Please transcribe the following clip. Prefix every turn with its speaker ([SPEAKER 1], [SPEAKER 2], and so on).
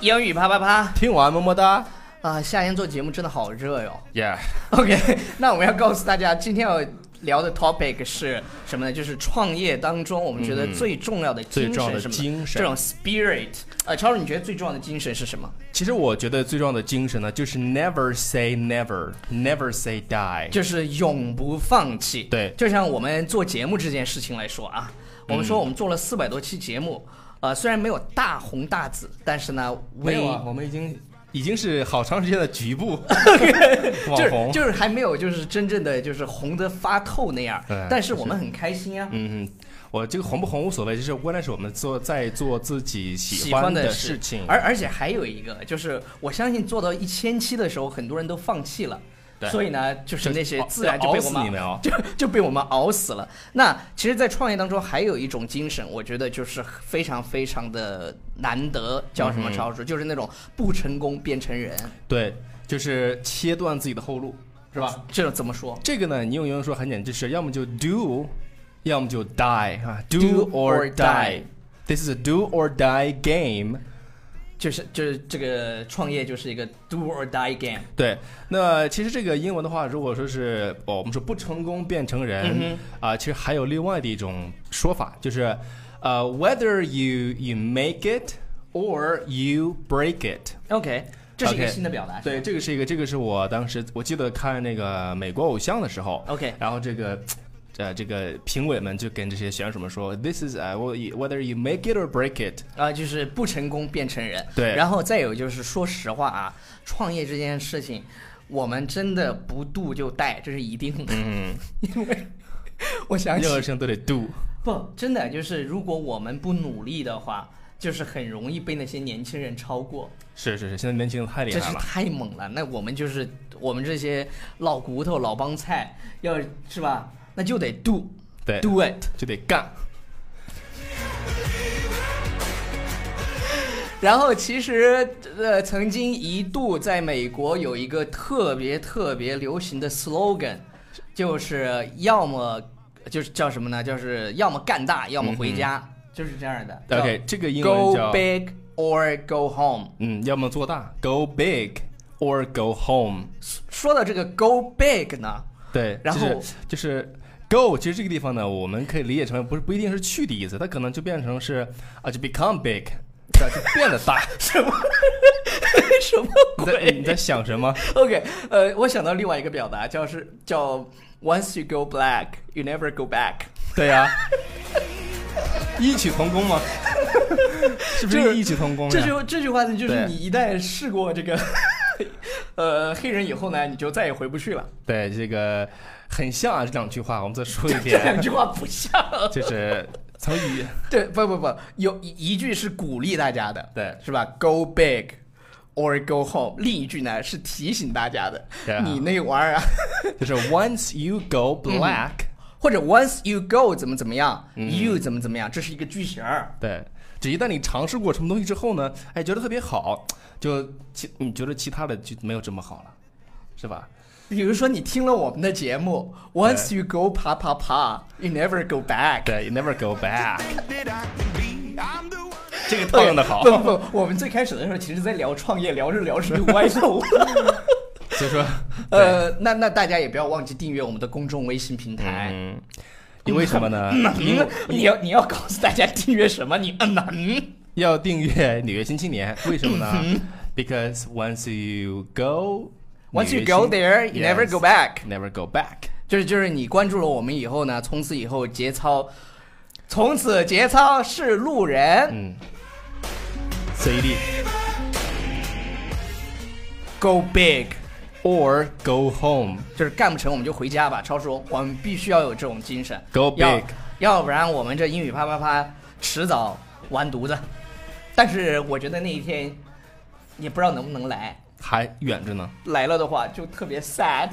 [SPEAKER 1] 英语啪啪啪
[SPEAKER 2] 听完么么哒
[SPEAKER 1] 啊！夏天做节目真的好热哟。
[SPEAKER 2] ，Yeah，
[SPEAKER 1] OK，那我们要告诉大家，今天要聊的 topic 是什么呢？就是创业当中我们觉得最重要的精神
[SPEAKER 2] 嗯最重要的
[SPEAKER 1] 是什么
[SPEAKER 2] 精神
[SPEAKER 1] 这种 spirit。呃，超叔，你觉得最重要的精神是什么？
[SPEAKER 2] 其实我觉得最重要的精神呢，就是 Never say never，Never say die。
[SPEAKER 1] 就是永不放弃。
[SPEAKER 2] 对
[SPEAKER 1] 就像我们做节目这件事情来说啊，我们
[SPEAKER 2] 嗯
[SPEAKER 1] 说我们做了四百多期节目，呃，虽然没有大红大紫，但是呢，
[SPEAKER 2] 没有啊，
[SPEAKER 1] 微
[SPEAKER 2] 我们已经已经是好长时间的局 部
[SPEAKER 1] 就
[SPEAKER 2] 网
[SPEAKER 1] 是
[SPEAKER 2] 红。
[SPEAKER 1] 就是还没有就是真正的就是红得发透那样
[SPEAKER 2] 对，
[SPEAKER 1] 但是我们很开心啊。
[SPEAKER 2] 嗯，嗯，我这个红不红无所谓，就是关键是我们做在做自己喜
[SPEAKER 1] 喜
[SPEAKER 2] 欢
[SPEAKER 1] 欢
[SPEAKER 2] 的
[SPEAKER 1] 事
[SPEAKER 2] 事情。
[SPEAKER 1] 而而且还有一个就是，我相信做到一千期的时候，很多人都放弃了
[SPEAKER 2] 对。
[SPEAKER 1] 所以呢，就是
[SPEAKER 2] 就
[SPEAKER 1] 那些
[SPEAKER 2] 熬
[SPEAKER 1] 自然就被
[SPEAKER 2] 熬
[SPEAKER 1] 我
[SPEAKER 2] 死你们哦
[SPEAKER 1] 们就就被我们熬死了。那其实，在创业当中还有一种精神，我觉得就是非常非常的难得，叫
[SPEAKER 2] 嗯
[SPEAKER 1] 什么超叔？就是那种不成功便成仁，
[SPEAKER 2] 对，就是切断自己的后路，是吧？
[SPEAKER 1] 这种怎么说
[SPEAKER 2] 这个呢，你用英文说很简单，就是要么就 do，要么就 die 啊
[SPEAKER 1] Do
[SPEAKER 2] or
[SPEAKER 1] or die
[SPEAKER 2] This is a do or die game。
[SPEAKER 1] 就是就是这个创业就是一个 do or die game。
[SPEAKER 2] 对，那其实这个英文的话，如果说是、哦、我们说不成功变成
[SPEAKER 1] 嗯
[SPEAKER 2] 人啊、其实还有另外的一种说法，就是呃、whether you you make it or you break it。
[SPEAKER 1] OK，这是一个
[SPEAKER 2] OK
[SPEAKER 1] 新的表达。
[SPEAKER 2] 对，这个是一个，这个是我当时我记得看那个美国偶像的时候
[SPEAKER 1] OK
[SPEAKER 2] 然后这个。呃，这个评委们就跟这些选手们说：“This is uh, whether you make it or break it。
[SPEAKER 1] 啊、就是不成功变成人。
[SPEAKER 2] 对
[SPEAKER 1] 然后再有就是，说实话啊，创业这件事情，我们真的不渡就带，这是一定的。嗯， 因为我想起
[SPEAKER 2] 任何事情都得 do。
[SPEAKER 1] 不，真的就是，如果我们不努力的话，就是很容易被那些年轻人超过，
[SPEAKER 2] 是是是，现在年轻人太厉
[SPEAKER 1] 真
[SPEAKER 2] 害
[SPEAKER 1] 是
[SPEAKER 2] 了。
[SPEAKER 1] 太猛了。那我们就是我们这些老骨头、老帮菜，要是吧，那就得 do
[SPEAKER 2] 对
[SPEAKER 1] do it。
[SPEAKER 2] 就得干。
[SPEAKER 1] 然后其实呃，曾经一度在美国有一个特别特别流行的 slogan，就是要么就是叫什么呢？就是要么干大，要么回家，就是这样的。叫
[SPEAKER 2] 嗯 OK，这个英文
[SPEAKER 1] Go
[SPEAKER 2] 叫
[SPEAKER 1] big or go home。
[SPEAKER 2] 嗯，要么做大，go big or go home。
[SPEAKER 1] 说到这个 go big 呢，
[SPEAKER 2] 对，
[SPEAKER 1] 然后
[SPEAKER 2] 就是、就是 go，其实这个地方呢，我们可以理解成为不是不一定是去的意思，它可能就变成是啊，就 become big，对吧，就变得 大。
[SPEAKER 1] 什么什么
[SPEAKER 2] 你在你
[SPEAKER 1] 鬼
[SPEAKER 2] 在想什么？
[SPEAKER 1] ？OK，呃，我想到另外一个表达，叫是叫 once you go black, you never go back。
[SPEAKER 2] 对啊呀、 异曲同工吗？ 是不
[SPEAKER 1] 这
[SPEAKER 2] 是异曲同工呀？
[SPEAKER 1] 这句这句话呢，就是
[SPEAKER 2] 对
[SPEAKER 1] 你一旦试过这个 呃黑人以后呢，你就再也回不去了。
[SPEAKER 2] 对这个很像啊，这两句话，我们再说一
[SPEAKER 1] 这两
[SPEAKER 2] 遍，
[SPEAKER 1] 句话不像。
[SPEAKER 2] 就是从语
[SPEAKER 1] 对，不不不，有一一句是鼓励大家的，
[SPEAKER 2] 对
[SPEAKER 1] 是吧？Go big or go home。另一句呢是提醒大家的，
[SPEAKER 2] 对啊
[SPEAKER 1] 你那玩意儿啊，
[SPEAKER 2] 就是 once you go black、
[SPEAKER 1] 或者 once you go 怎么怎么样、y
[SPEAKER 2] 嗯
[SPEAKER 1] o u 怎么怎么样，这是一个句型儿。
[SPEAKER 2] 对，只一旦你尝试过什么东西之后呢，哎，觉得特别好，就其你觉得其他的就没有这么好了，是吧？
[SPEAKER 1] 比如说，你听了我们的节目，Once you go 啪啪啪，you never go back。
[SPEAKER 2] 对，you never go back，
[SPEAKER 3] that I can be. I'm the one.
[SPEAKER 2] 这个套用 的好
[SPEAKER 1] 不，不不，我们最开始的时候，其实在聊创业，聊着聊着就歪楼了。
[SPEAKER 2] 所以说，
[SPEAKER 1] 呃，那那大家也不要忘记订阅我们的公众微信平台。
[SPEAKER 2] 嗯，因为什么呢？因
[SPEAKER 1] 哎嗯
[SPEAKER 2] 为，
[SPEAKER 1] 你要你要告诉大家订阅什么？你嗯呐嗯，
[SPEAKER 2] 要订阅《纽约新青年》，为什么呢？Because once you go。
[SPEAKER 1] Once you go there, you never go back.
[SPEAKER 2] Never go back.
[SPEAKER 1] 就是就是你关注了我们以后呢，从此以后节操，从此节操是路人、
[SPEAKER 2] 嗯随地
[SPEAKER 1] g o big，
[SPEAKER 2] or go home.
[SPEAKER 1] 就是干不成我们就回家吧。超叔，我们必须要有这种精神
[SPEAKER 2] Go
[SPEAKER 1] 要
[SPEAKER 2] big
[SPEAKER 1] 要不然我们这英语啪啪啪迟早完犊子。但是我觉得那一天也不知道能不能来，
[SPEAKER 2] 还远着呢。
[SPEAKER 1] 来了的话就特别 sad。